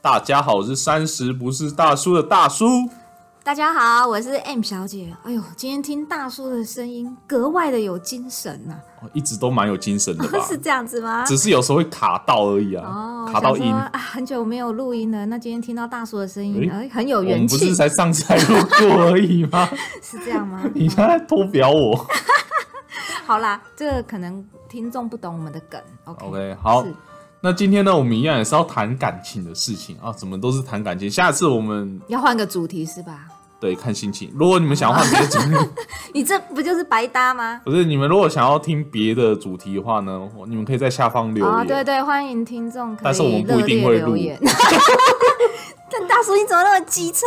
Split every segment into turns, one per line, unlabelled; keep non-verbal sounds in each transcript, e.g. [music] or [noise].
大家好，我是三十不是大叔的大叔。
大家好，我是 M 小姐。哎呦，今天听大叔的声音格外的有精神呐、？
哦一直都蛮有精神的吧
[laughs] 是这样子吗？
只是有时候会卡到而已啊，
哦，
卡到
想说
音。
啊，很久没有录音了。那今天听到大叔的声音，
诶
哎，很有
我们
元
不
气
是，才上次才录过而已
[laughs]
吗？
是这样吗？
你现在偷表我
好啦，这个可能听众不懂我们的梗。OK，,
？OK，好
是。
那今天呢，我们一样也是要谈感情的事情啊，怎么都是谈感情。下次我们
要换个主题是吧？
对看心情，如果你们想要换别的主
[laughs]
题，
你这不就是白搭吗？
不是你们如果想要听别的主题的话呢，哦我你们可以在下方留
哦，
言。哎
对对，欢迎听众可
但是我
以
们不一
热
定
烈
会录
留言。 [laughs] 但大叔，你怎么那么机车？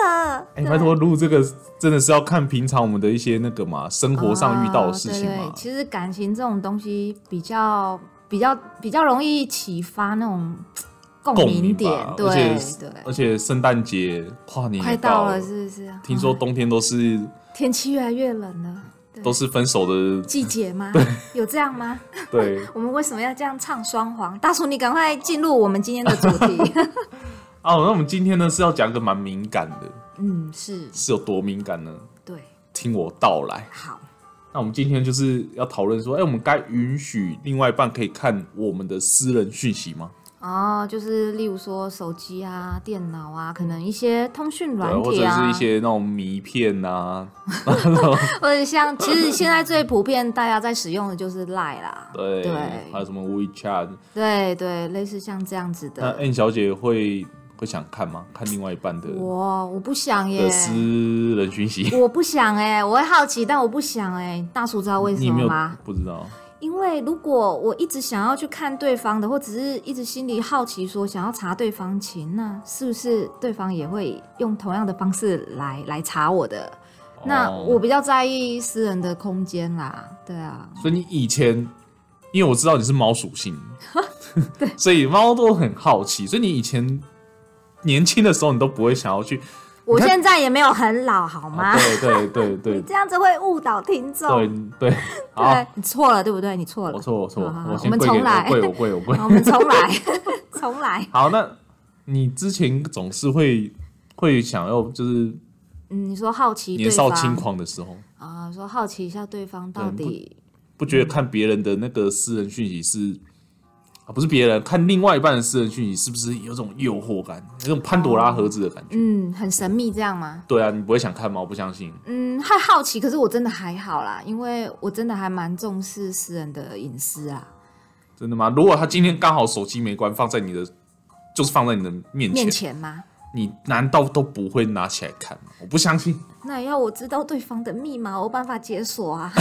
哎、拜托录这个真的是要看平常我们的一些那个嘛，生活上遇到的事情
哦对
嘛
对，。其实感情这种东西比较比较比较容易启发那种嘖共
共
鸣
鸣
点
吧，，
对
而且而
对。
且圣诞节跨年也
快
到嗯
到了，是不是？
听说
啊
冬天都是、
天气越来越冷了，对
都是分手 [laughs] 的，
季节吗？有这样吗？
对。
我们为什么要这样唱双簧？大叔，你赶快进入我们今天的主
[laughs]
题。
哦，那我们今天呢是要讲一个蛮敏感的，
嗯，是
是有多敏感呢？
对，
听我道来。
好，
那我们今天就是要讨论说，哎、我们该允许另外一半可以看我们的私人讯息吗？
哦，就是例如说手机啊、电脑啊，可能一些通讯
对
软
啊，或
体
者
啊，
是一些那种迷片啊，
或者像其实现在最普遍大家在使用的就是 Line 啦，
对，
对
还有什么 WeChat。
对对，类似像这样子
那
的。
N 小姐会会想看吗？看另外一半的
我我不想耶
的，私人讯息？
我不想哎，我会好奇，但我不想哎。大叔知道为
你
什
有没
么
有
吗？
不知道？
因为如果我一直想要去看对方的，或只是一直心里好奇说想要查对方情，那是不是对方也会用同样的方式来来查我的？那
哦
我比较在意私人的空间啦，对啊，
所以你以前，因为我知道你是猫属
[laughs]
性，所以猫都很好奇，所以你以前年轻的时候，你都不会想要去。
我
看
现在也没有很老，好吗？
啊、对对对
你
对
[laughs] 这样子会误导听众。
对啊对，好，
对，你错了，对不对？你错了
我。错我错
好好，好
我先
我们
跪给
重来
我跪我跪我跪。
[laughs] 好我们重
[laughs]
来，重来。
好，那你之前总是会会想要就是
嗯，你说好奇对
年少
方
轻狂的时候，
啊、说好奇一下对方到底
不觉得看别人的那个私人讯息是啊，不是别人看另外一半的私人讯息，是不是有种诱惑感，有种潘多拉盒子的感觉？
嗯很神秘这样吗？
对啊，你不会想看吗？我不相信。
嗯，还好奇，可是我真的还好啦，因为我真的还蛮重视私人的隐私啊。
真的吗？如果他今天刚好手机没关，放在你的，就是放在你的面前，
面前吗？
你难道都不会拿起来看吗？我不相信。
那也要我知道对方的密码，我有办法解锁啊。
[laughs]
[laughs]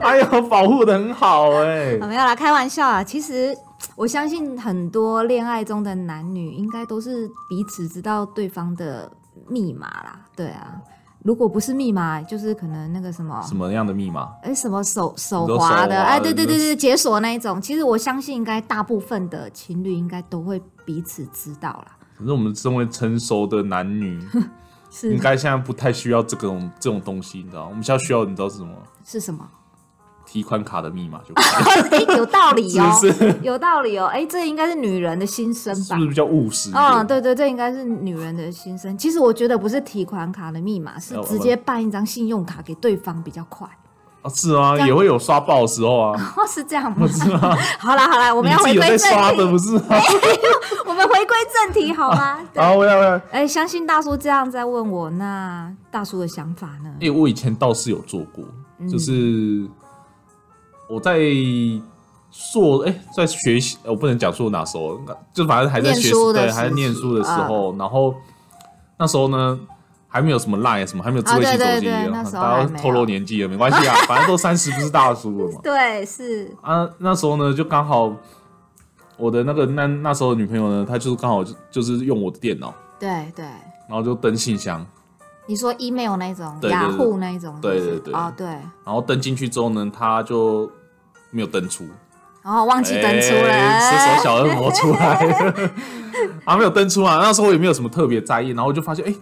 哎呦，保护的很好哎、
啊没有啦，开玩笑啊。其实我相信很多恋爱中的男女应该都是彼此知道对方的密码啦。对啊，如果不是密码，就是可能那个什么。
[laughs] 什么样的密码？
哎，什么手手
你说
滑
手
的？
滑
哎，
的
对对对
那
对，解锁那一种。其实我相信，应该大部分的情侣应该都会彼此知道啦。
可是我们身为成熟的男女，
[laughs] 是
应该现在不太需要这种这种东西，你知道吗？我们现在需要你知道是什么吗？
是什么？
提款卡的密码就可以了。
[laughs] 哎，有道理哦，
[laughs] 是不是？
有道理哦。哎，这应该是女人的心声
是
吧
不？是比较务实一点？
嗯，对对，这应该是女人的心声。其实我觉得不是提款卡的密码，是
哦
直接办一张信用卡给对方比较快。 [laughs]
啊，是啊
这，样
也会有刷爆的时候啊。
哦，是这样吗？ [laughs] 好啦好啦，我
你
们要
自
回
己有
归
在刷
正
的
题，
不是吗？
[laughs] 我们回归正题好吗？ [laughs] 对。
啊，我要我要。
哎，相信大叔这样在问我，那大叔的想法呢？
因为我以前倒是有做过，
嗯
就是我在硕哎、在学习，呃我不能讲说哪时候，就反正还在学
念书的
对，
时期啊
还在念书的时候，然后那时候呢。还没有什么 line 什么，还没有智慧型
啊
手
对对
机啊
对那时候
大
还
家
没有
透露年纪了，没关系啊，反正都三十不是大叔了嘛。
对，是
啊，那时候呢，就刚好我的那个那那时候的女朋友呢，她就是刚好就就是用我的电脑，
对对。
然后就登信箱，
你说 email 那一种，
对对
雅
对
虎那一种是不是，
对对对
哦对，
然后登进去之后呢，她就没有登出，
然后忘记登出了，
哎是手小恶魔出来 [laughs] 了，啊，没有登出啊。那时候我也没有什么特别在意，然后我就发现，哎、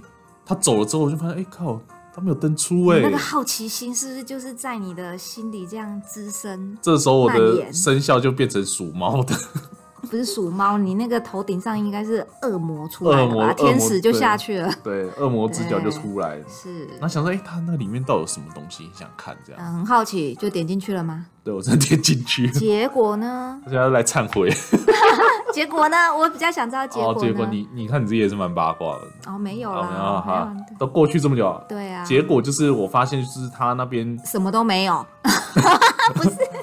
他走了之后，我就发现，哎、靠，他没有登出哎、
那个好奇心是不是就是在你的心里这样滋生？
这时候我
蔓
的
延
生肖就变成属猫的，
不是属猫，你那个头顶上应该是恶魔出来
恶
了
魔
吧？
恶魔
天使就下去了，
[laughs] 对，恶魔之角就出来了。
是，
然后想说，哎、它那个里面到底有什么东西？想看这样，
嗯，很好奇，就点进去了吗？
对我真的点进去， [laughs]
结果呢？
大家来忏悔。
结果呢？我比较想知 [laughs] 道结
哦，结果
呢？
你你看你自己也是蛮八卦的，
哦，没有
啊没有
啦，
哈
没有，
都过去这么久了，
对啊，
结果就是我发现就是他那边
什么都没有，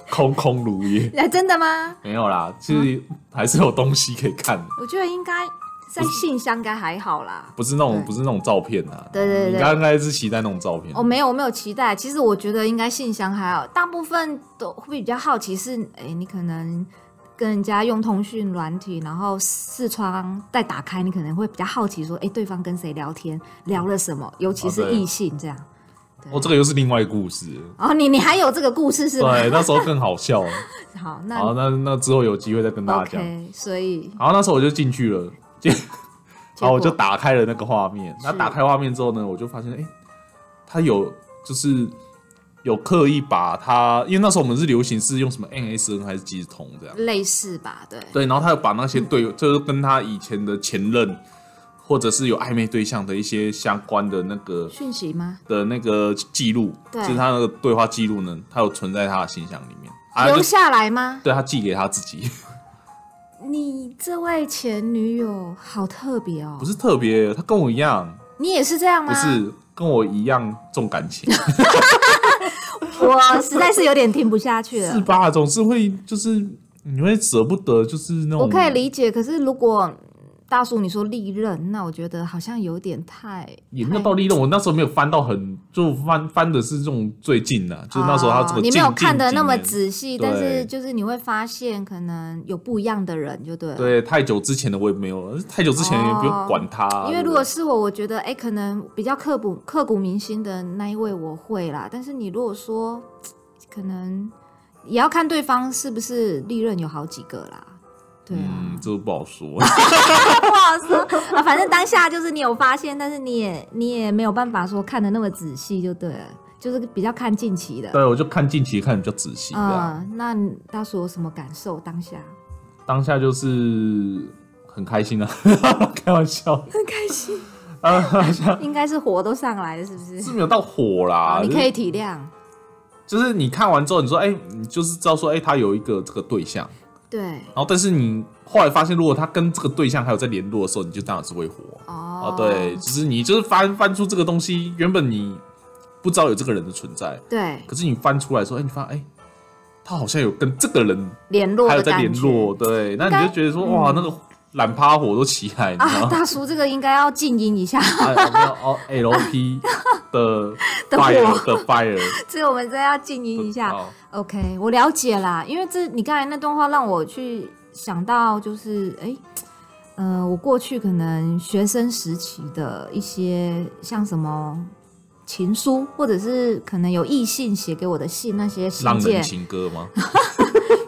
空空如也，
哎，真的吗？
没有啦，其实还是有东西可以看的，
我觉得应该在信箱应该还好啦。
不是那种
对
不是那种照片啊，
对对对
你刚刚应该是期待那种照片
哦，，没有，我没有期待。其实我觉得应该信箱还好，大部分都会比较好奇是，哎、你可能跟人家用通讯软体，然后视窗再打开，你可能会比较好奇说，哎、对方跟谁聊天，聊了什么，尤其
哦
是
对
异性这样。
哦，这个又是另外一个故事，
哦，你你还有这个故事是吗？
对，那时候更好笑，
好， [laughs] 那
好，那那之后有机会再跟大家讲，
OK，所以
然后那时候我就进去了，进，
结
然后我就
果
打开了那个画面。那
是
打开画面之后呢，我就发现，哎、他有就是有刻意把它，因为那时候我们是流行是用什么 NSN 还是即时通这样，
类似吧，对，
对，然后他有把那些对，
嗯
就是跟他以前的前任或者是有暧昧对象的一些相关的那个
讯息吗？
的那个记录，
对
就是他那个对话记录呢，他有存在他的信箱里面，啊，
留
就是
下来吗？
对他寄给他自己， [laughs]
你这位前女友好特别哦
不，是特别，他跟我一样。
你也是这样吗？
不是跟我一样重感情，
我实在是有点听不下去
是
了。
吧？总是会就是你会舍不得，就是那种
我可以理解，可是如果大叔你说利刃，那我觉得好像有点太
也没有到利润。我那时候没有翻到很，就翻翻的是这种最近呐、就是那时候他这
哦
个
你
近
没有看
近
的
几
那么
年
仔细，
对
但是就是你会发现可能有不一样的人，就对了。
[laughs] 对，太久之前的我也没有了，太久之前也不用管他、
哦因为
对不对
如果是我，我觉得哎，可能比较刻骨刻骨铭心的那一位我会啦，但是你如果说可能也要看对方是不是利刃有好几个啦。对啊，
嗯，这个不好说。 [laughs]
不好说啊，反正当下就是你有发现，但是你也你也没有办法说看的那么仔细，就对了，就是比较看近期的。
对，我就看近期看得比较仔细，这啊样、
嗯，那你大叔有什么感受？当下
当下就是很开心啊， [laughs] 开玩笑
很开心，
啊，好像
应该是火都上来了，是不
[laughs]
是？
是没有到火啦
啊，，你
就是
可以体谅，
就是你看完之后，你说，哎、你就是知道说，哎、他有一个这个对象，
对，
然后但是你后来发现，如果他跟这个对象还有在联络的时候，你就当然是会火
哦
啊，对，就是你就是翻翻出这个东西，原本你不知道有这个人的存在，
对，
可是你翻出来说，哎、你发现，哎、他好像有跟这个人
联络
还有
的
在
感
联
觉
络，对，那
该嗯
你就觉得说，哇，那个懒趴火都起来，你
[laughs]
知
啊，
道吗？
大叔这个应该要静音一下， [laughs]
啊，有没有哦，LP 的
的
fire
火
的 fire，
这个我们真的要静音一下。
哦
OK，我了解啦，因为这你刚才那段话让我去想到，就是哎，呃，我过去可能学生时期的一些像什么情书，或者是可能有异性写给我的信，那些信
浪人
件，
情歌吗？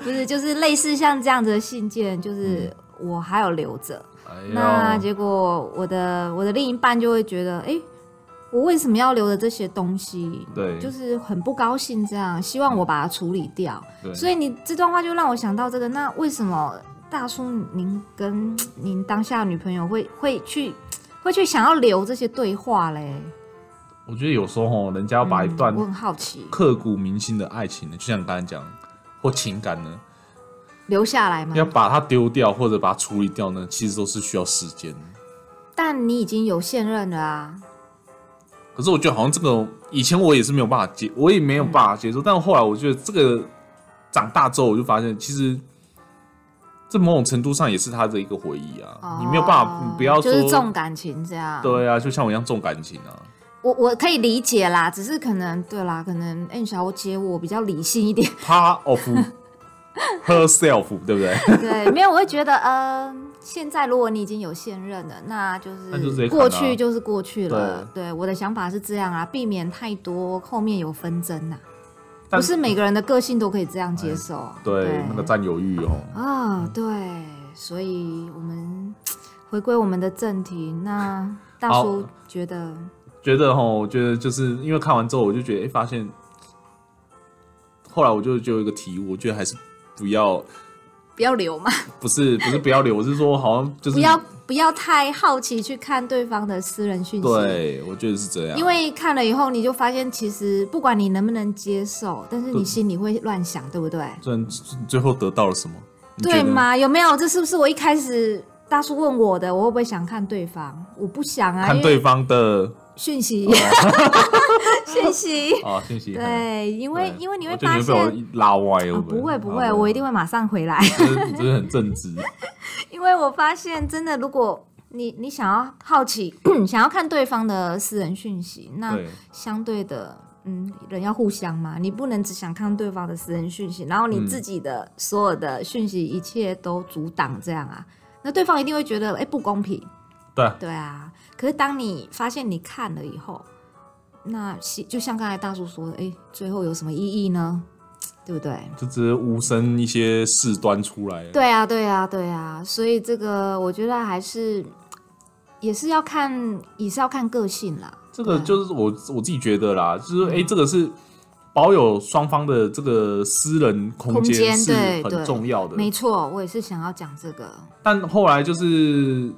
不是就是类似像这样子的信件，
嗯
就是我还有留着。
哎呦
那结果我的我的另一半就会觉得，哎、我为什么要留着这些东西？
对
就是很不高兴这样，希望我把它处理掉。
对
所以你这段话就让我想到这个，那为什么大叔您跟您当下的女朋友会会去会去想要留这些对话嘞？
我觉得有时候吼人家要把一段
嗯我很好奇，
刻骨铭心的爱情呢，就像你刚才讲，或情感呢，
留下来吗？
要把它丢掉或者把它处理掉呢，其实都是需要时间的。
但你已经有现任了啊，
可是我觉得好像这个以前我也是没有办法接，我也没有办法接受。但后来我觉得这个长大之后，我就发现其实这某种程度上也是他的一个回忆啊。你没有办法，
哦
你不要
就
说
是重感情这样。
对啊，就像我一样重感情啊。
我我可以理解啦，只是可能对啦，可能 N 小姐我比较理性一点，
Part
[laughs]
of herself，对不对？
对，没有，我会觉得，呃，现在如果你已经有现任了，那就
那就直接
是
砍啊
过去就是过去了。对我的想法是这样啊，避免太多后面有纷争呐、
但哎
不是每个人的个性都可以这样接受。
对，那个占有欲哦。
啊、对，所以我们回归我们的正题，那大
好
叔觉得，
觉得哈，我觉得就是因为看完之后，我就觉得哎、诶发现，后来我就就有一个体悟，我觉得还是不要
不不要留嘛，
不是不是不要留，我是说好像就是
不要不要太好奇去看对方的私人讯息，
对，我觉得是这样，
因为看了以后你就发现，其实不管你能不能接受，但是你心里会乱想，对不对？
虽然最后得到了什么，你
对
觉得？
吗？有没有？这是不是我一开始大叔问我的？我会不会想看对方？我不想啊，
看
因
对
为
方哦的
讯息， [laughs]
[laughs]
讯息。
啊信息，嗯，
对，因为
对
因为你会
我觉得
发
你
现，
被我拉歪了，
啊不会不会，
啊
我一定会马上回来。 [laughs]
[laughs] 你真的你真的很正直，
因为我发现，真的，如果你你想要好奇， [coughs] 想要看对方的私人讯息，那
对，
相对的，嗯，人要互相嘛，你不能只想看对方的私人讯息，然后你
嗯
自己的所有的讯息，一切都阻挡这样啊，那对方一定会觉得，哎、不公平。
对
对啊，可是当你发现你看了以后，那其就像刚才大叔说的，哎、最后有什么意义呢？对不对？
就只是无声一些事端出来了，
对啊，对啊，对啊，所以这个我觉得还是也是要看，也是要看个性啦。
这个就是我我自己觉得啦，就是哎、诶这个是保有双方的这个私人空
空间
是
对
很
对
重要的。
没错，我也是想要讲这个。
但后来就是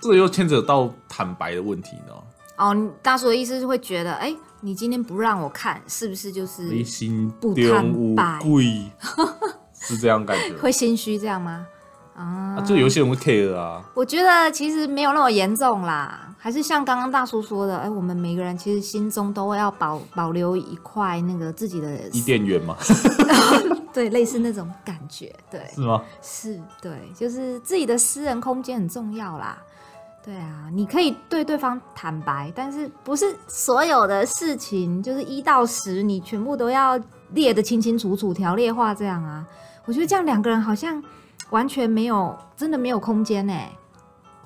这个又牵扯到坦白的问题呢，
哦，你大叔的意思是会觉得，哎，你今天不让我看，是不是就是
一心
嗯不
丢
坦
无
白
贵，是这样感
[laughs]
觉。
会心虚这样吗？啊，
啊，就有些人会 care 啊，
我觉得其实没有那么严重啦，还是像刚刚大叔说的，哎，我们每个人其实心中都会要保保留一块那个自己的
伊甸园嘛，
[laughs] 对类似那种感觉，对，
是吗？
是，对，就是自己的私人空间很重要啦。对啊，你可以对对方坦白，但是不是所有的事情就是一到十，你全部都要列得清清楚楚、条列化这样啊？我觉得这样两个人好像完全没有，真的没有空间呢、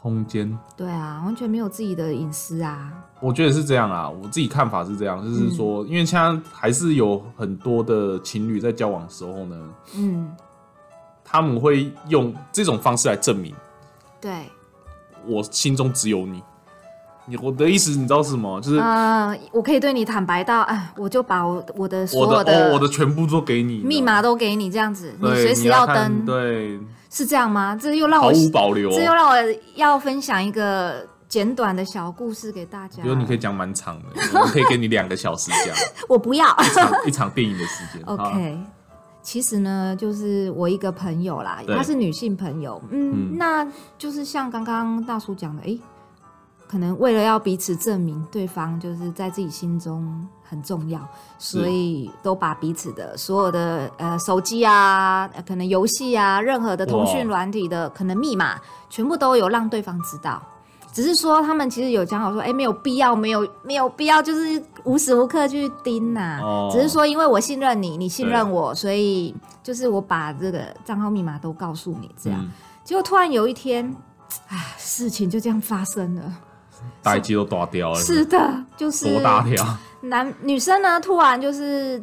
空间，
对啊，完全没有自己的隐私啊。
我觉得是这样啊，我自己看法是这样，就是
嗯
说，因为现在还是有很多的情侣在交往的时候呢，
嗯，
他们会用这种方式来证明
对，
我心中只有你。你我的意思，你知道是什么？就是
呃，我可以对你坦白到，哎，我就把我我的所
我
有
的哦，我的全部都给你，
密码都给你，这样子，你
对，
随时
你要看
登，
对，
是这样吗？这又让
毫
我
无保留哦。
这又让我要分享一个简短的小故事给大家。
比如你可以讲蛮长的，我们可以给你两个小时讲
我不要。
一场一场电影的时间。好啊
OK，其实呢，就是我一个朋友啦，
对
她是女性朋友，嗯，
嗯
那就是像刚刚大叔讲的，诶，可能为了要彼此证明对方就是在自己心中很重要，
是
所以都把彼此的所有的呃手机啊、呃可能游戏啊、任何的通讯
哇
软体的可能密码，全部都有让对方知道。只是说他们其实有讲好说，哎、没有必要，没有没有必要，就是无时无刻去盯呐、
哦
只是说，因为我信任你，你信任我，所以就是我把这个账号密码都告诉你，这样。
嗯
结果突然有一天，啊，事情就这样发生了。
大鸡都打掉了，
是的，就是
哎多大条？
男女生呢，突然就是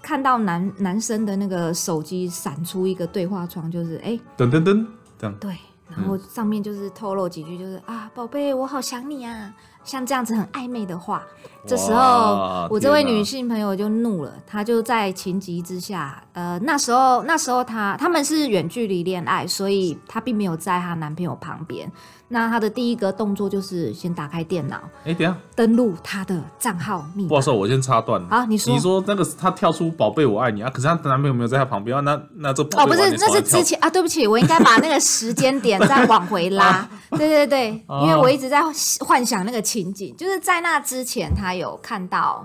看到男男生的那个手机闪出一个对话窗，就是哎、
噔噔噔，这样
对，然后上面就是透露几句，就是、啊，宝贝，我好想你啊，像这样子很暧昧的话，这时候
哇
我这位
天哪
女性朋友就怒了，她就在情急之下，呃，那时候那时候她他们是远距离恋爱，所以她并没有在她男朋友旁边。那她的第一个动作就是先打开电脑，
哎，等一下，
登录她的账号密
不好
码
意。思，我先插断。
好，你说。
你说那个他跳出“宝贝我爱你”啊，可是她男朋友没有在她旁边啊，那那这
哦，
宝
不
贝
是
往，你
那
床上
是
跳
之前啊，对不起，我应该把那个时间点再往回拉。对对对，
[laughs] 哦
因为我一直在幻想那个情景，就是在那之前，她有看到，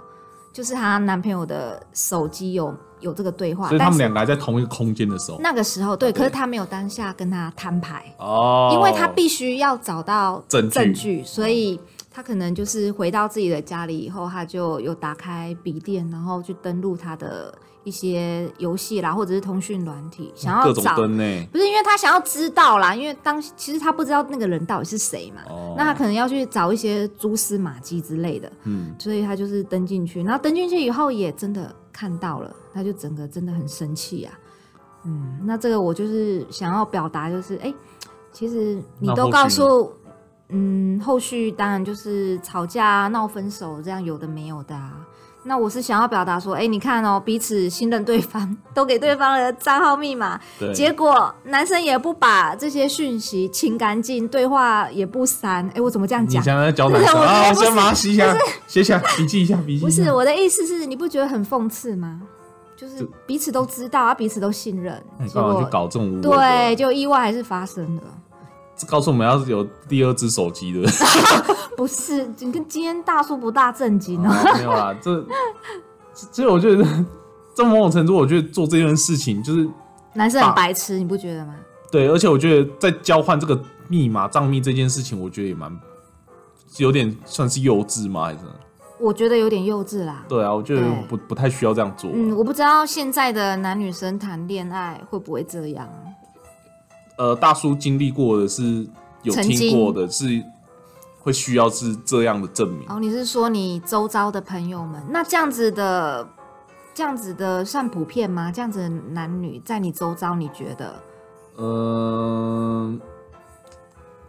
就是她男朋友的手机有有这个对话
所，以他
但
们
是
两个还在同一个空间的时候，
那个时候对，
对
可是她没有当下跟他摊牌，
哦，
嗯因为她必须要找到
证据
证据，所以。她可能就是回到自己的家里以后，她就有打开笔电，然后去登录她的一些游戏啦，或者是通讯软体，想要
哦嗯各种
找
灯呢，
不是因为他想要知道啦，因为当其实他不知道那个人到底是谁嘛，
哦
那他可能要去找一些蛛丝马迹之类的，
嗯，
所以他就是登进去，然后登进去以后也真的看到了，他就整个真的很生气啊。嗯，那这个我就是想要表达就是，哎、其实你
那
都
后续
告
呢
诉，嗯，后续当然就是吵架啊、闹分手这样有的没有的啊。那我是想要表达说，哎、你看哦，彼此信任对方， [laughs] 都给对方了账号密码，
对，
结果男生也不把这些讯息清干净，对话也不删。哎、我怎么这样
你
讲
现？在教男
不是
生
[laughs] 我觉得
啊，我
不是
先把它洗一下，写下笔记一下，笔记
不
一下
是我的意思是你不觉得很讽刺吗？就是
就
彼此都知道，啊，彼此都信任，
你
结
干嘛
果
去哎搞这种无谓
对，
的？
就意外还是发生了。
这告诉我们要有第二只手机的。
不是，你跟今天大叔不大正经哦。
啊没有啦，这这这我觉得，在某种程度，我觉得做这件事情就是
男生很
爸
白痴，你不觉得吗？
对，而且我觉得在交换这个密码账密这件事情，我觉得也蛮有点算是幼稚吗？还是
我觉得有点幼稚啦。
对啊，我觉得
对
不不太需要这样做。
嗯，我不知道现在的男女生谈恋爱会不会这样。
呃，大叔经历过的是有
曾
听
经
过的是会需要是这样的证明。
哦，你是说你周遭的朋友们？那这样子的，这样子的算普遍吗？这样子的男女在你周遭，你觉得？
嗯、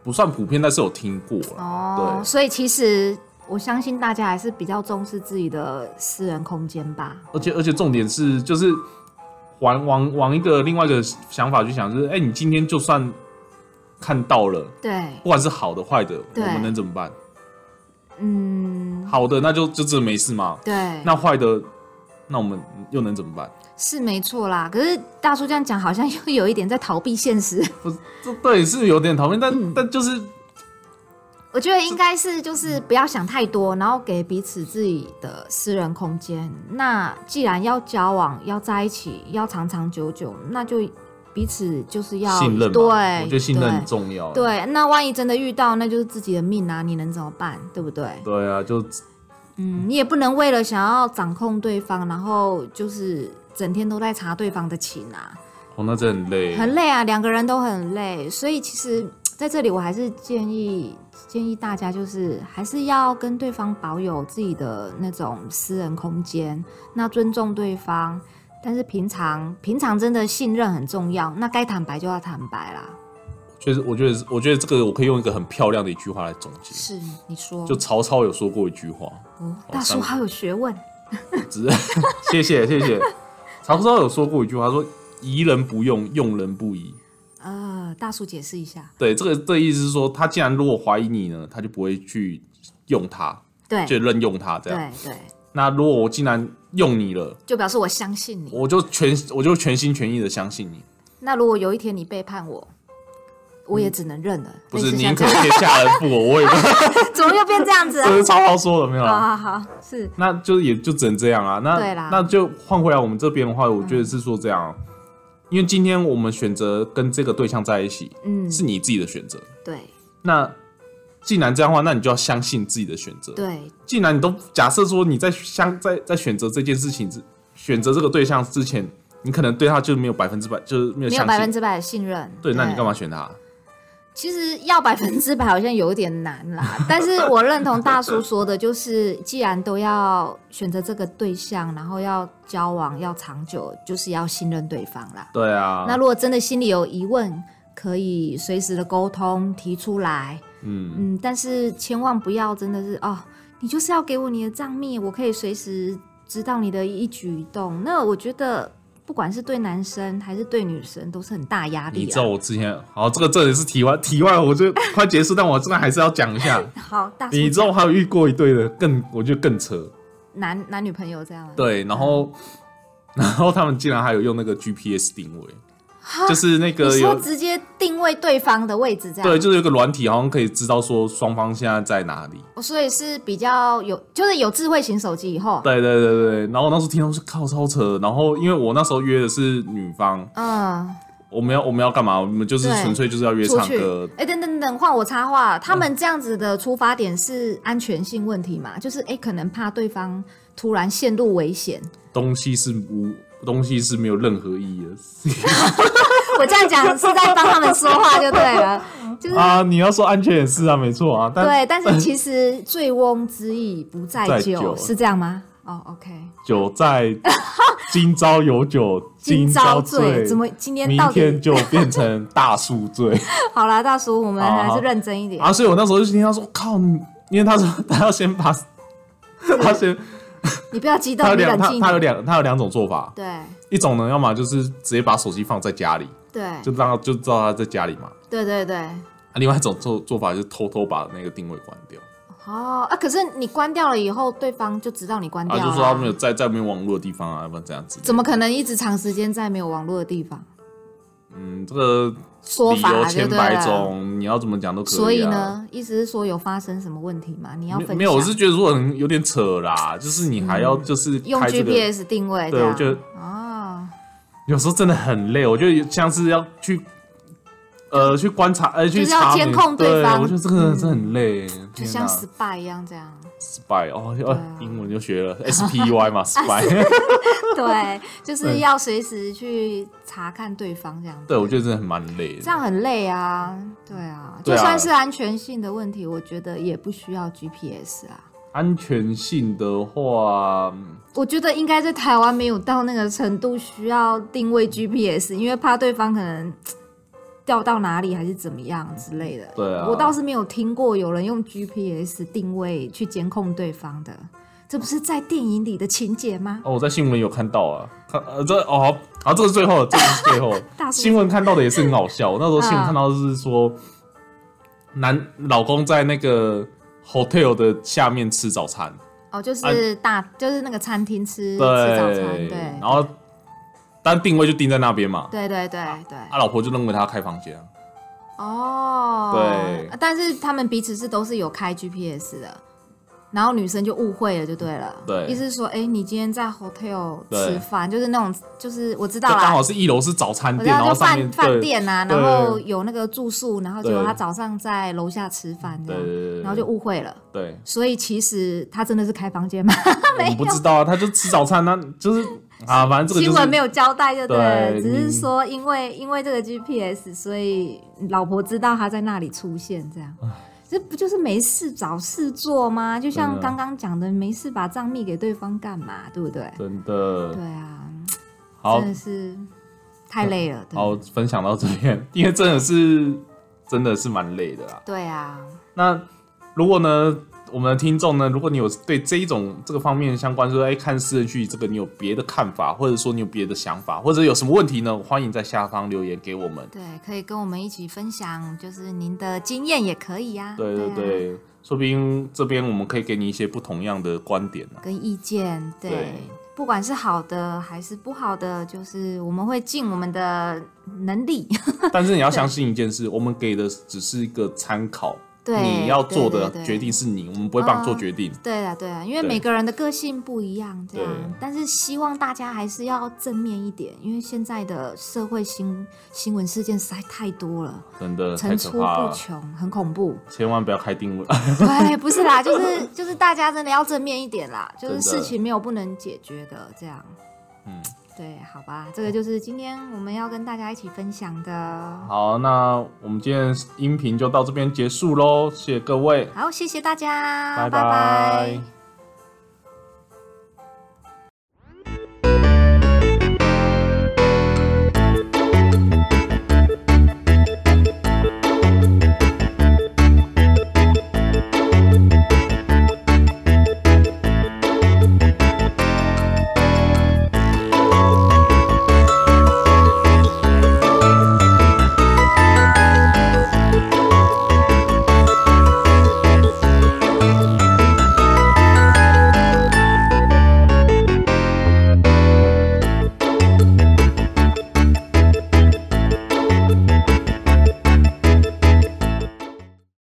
不算普遍，但是有听过啦。
哦，
对
所以其实我相信大家还是比较重视自己的私人空间吧。
而且而且重点是，就是往往往一个另外一个想法去想，就是哎、你今天就算看到了，
对，
不管是好的坏的，我
对
们能怎么办？
嗯，
好的，那就就真的没事嘛。
对，
那坏的，那我们又能怎么办？
是没错啦。可是大叔这样讲，好像又有一点在逃避现实。
这对是有点讨厌，但、
嗯
但就是
我觉得应该是就是不要想太多，然后给彼此自己的私人空间。那既然要交往，要在一起，要长长久久，那就彼此就是要
信任嘛。
对，
我觉得信任很
对
重要。啊
对，那万一真的遇到，那就是自己的命啊，你能怎么办？对不对？
对啊，就
嗯，你也不能为了想要掌控对方，然后就是整天都在查对方的情啊，
哦，那真的很累。
很累啊，两个人都很累，所以其实在这里我还是建议建议大家，就是还是要跟对方保有自己的那种私人空间，那尊重对方，但是平常平常真的信任很重要，那该坦白就要坦白啦。
就是我觉得，我觉得这个我可以用一个很漂亮的一句话来总结。
是你说，
就曹操有说过一句话，
哦、大
三
叔
五
好有学问，
只 [laughs] 谢谢谢谢。曹操有说过一句话，说疑人不用，用人不疑。
呃，大叔解释一下，
对，这个这个意思是说，他既然如果怀疑你呢，他就不会去用它，
对
就
对
任用它这样。
对，
那如果我既然用你了，
就表示我相信你。
我就全我就全心全意的相信你，
那如果有一天你背叛我，我也只能认了。
不
类
是
似
宁
像
可
这样
天下人负我，我也
啊
不。
[laughs] 怎么又变这样子、啊
这？是曹操说的，没有啦。
好好好，是
那就是也就只能这样啊。那
啊对啦嗯
那就换回来我们这边的话，我觉得是说这样啊、因为今天我们选择跟这个对象在一起，
嗯，
是你自己的选择。
对
那既然这样的话，那你就要相信自己的选择。
对
既然你都假设说你在相在在选择这件事情之选择这个对象之前，你可能对他就没有百分之百，就是没有
没有
相
百分
信。
之百的信任。
对，那你干？嘛选他？
其实要百分之百好像有点难啦，但是我认同大叔说的，就是既然都要选择这个对象，然后要交往要长久，就是要信任对方啦。
对啊
那，如果真的心里有疑问，可以随时的沟通提出来。
嗯，
嗯，但是千万不要真的是哦，你就是要给我你的账密，我可以随时知道你的一举一动。那我觉得，不管是对男生还是对女生，都是很大压力、啊。
你知道我之前好，这个这也是题外题外，我
[laughs]
就快结束，但我真的还是要讲一下。
好，大叔
你知道我还有遇过一对的更，我觉得更扯。
男男女朋友这样啊吗？
对，然后 [laughs] 然后他们竟然还有用那个 GPS 定位，就是那个
你说
有
直接定位对方的位置这样？
对，就是有一个软体，好像可以知道说双方现在在哪里。
哦所以是比较有，就是有智慧型手机以后，
对对对对，然后我那时候听到是靠超扯，然后因为我那时候约的是女方，
嗯，
我们要我们要干嘛？我们就是
对
纯粹就是要约
出
唱
去
歌。。嗯
哎、等等等，换我插话，他们这样子的出发点是安全性问题嘛？就是哎、诶可能怕对方突然陷入危险。
东西是无东西是没有任何意义
我这样讲是在帮他们说话就对了，就是
的啊！你要说安全也是啊，没错啊， [laughs] 但
对。但是其实醉翁之意不在
在
酒，
酒
是这样吗？哦，OK，
酒在今朝有酒今
朝
朝
醉，怎么 [laughs] 今天
明
到
天
底？
就变成大宿
[laughs]
醉
好啦，大叔，我们
好好
还
好啊
是认真一点。
啊！所以我那时候就听他说，靠，你因为他说他要先把，他先
你不要激动
他，有
你
两
冷
他
静
他有
点。
两他有两种做法，
对
一种呢，要么就是直接把手机放在家里，
对
就让他就知道他在家里嘛；
对对对，
啊，另外一种做做法就是偷偷把那个定位关掉，
哦啊，可是你关掉了以后，对方就知道你关掉
啊，
了、
就说他没有在在没有网络的地方啊，要不然这样子。
怎么可能一直长时间在没有网络的地方？
嗯，这个
说
理
法
由
啊就
千
对
百
了。
种，你要怎么讲都可以、啊。
所以呢，意思是说有发生什么问题吗？你要
没有
分享嗯
没有，我是觉得如果很有点扯啦，就是你还要就是
用
开这个，
GPS 定位这
对
样。
我觉得
哦，
有时候真的很累，我觉得像是要去。呃，去观察，呃，去
是要
查
监
你
控对
对
方嗯
我觉得这个真的很累，
就
天
像
哪
spy 一样这
[laughs]
样。
spy 哦，
啊
哦英文就学了 S P Y
[laughs]
嘛，spy。
对，就是
对
要随时去查看对方这样。
对，我觉得真的很蛮累
这
的。
样很累啊，对啊，
对
就
啊
算是安全性的问题，我觉得也不需要 GPS 啊。
安全性的话，嗯
我觉得应该在台湾没有到那个程度需要定位 GPS，因为怕对方可能掉到哪里还是怎么样之类的。
对啊
我倒是没有听过有人用 GPS 定位去监控对方的，这不是在电影里的情节吗？
哦，我在新闻有看到啊，看呃这哦好，好，这是最后，这是最
[laughs]
后
大叔
新闻看到的也是很好笑。我那时候新闻
啊
看到的是说，男老公在那个 hotel 的下面吃早餐，
哦，就
啊
是大，就是那个餐厅吃吃早餐，
对，
对，
然后但定位就定在那边嘛，啊
对对对对。
他老婆就认为他开房间啊，
哦，
对
啊但是他们彼此是都是有开 GPS 的，然后女生就误会了，就对了，
对
意思是说，哎、你今天在 hotel
对
吃饭，就是那种，就是我知道
就刚
啦，
好是一楼是早餐
啊我
店，
知
然
道
后
就
上
饭
面
饭
对
店啊，
对
然后有那个住宿，然后结果
对
他早上在楼下吃饭这
对
样
对，对，
然后就误会了，
对，
所以其实他真的是开房间吗？
我们不知道啊，他就吃早餐，那 [laughs] 就是啊，反正这个
新
就
闻没
是
有交代，就对了，
对
只
你
是说因为因为这个 GPS，所以老婆知道他在那里出现，这样，这不就是没事找事做吗？就像
真的
刚刚讲的，没事把账密给对方干嘛，对不对？
真的
对啊，
好
真的是太累了，对
好分享到这边， [laughs] 因为真的是真的是蛮累的啦。
对啊，
那如果呢，我们的听众呢，如果你有对这一种这个方面相关，说哎看私人剧这个你有别的看法，或者说你有别的想法，或者有什么问题呢，欢迎在下方留言给我们。
对，可以跟我们一起分享，就是您的经验也可以呀、
[laughs] 对对
啊
对，说不定这边我们可以给你一些不同样的观点啊呢、
跟意见，对，
对
不管是好的还是不好的，就是我们会尽我们的能力，
[laughs] 但是你要相信一件事，我们给的只是一个参考。
对，
你要
对
做
对
的
对
决定是你，我们不会帮你做
嗯
决定。
对啊，对啊，因为
对
每个人的个性不一样，这样
对。
但是希望大家还是要正面一点，因为现在的社会新新闻事件实在太多了，
真的呃太可
层出
怕
不
了，
穷，很恐怖。
千万不要开定位。
对，不
[laughs]
是啦，就是就是大家真的要正面一点啦，就是
真的
事情没有不能解决的，这样。
嗯，
对，好吧，这个就是今天我们要跟大家一起分享的。
[laughs] 好，那我们今天的音频就到这边结束喽，谢谢各位，
好，谢谢大家，
拜
拜
拜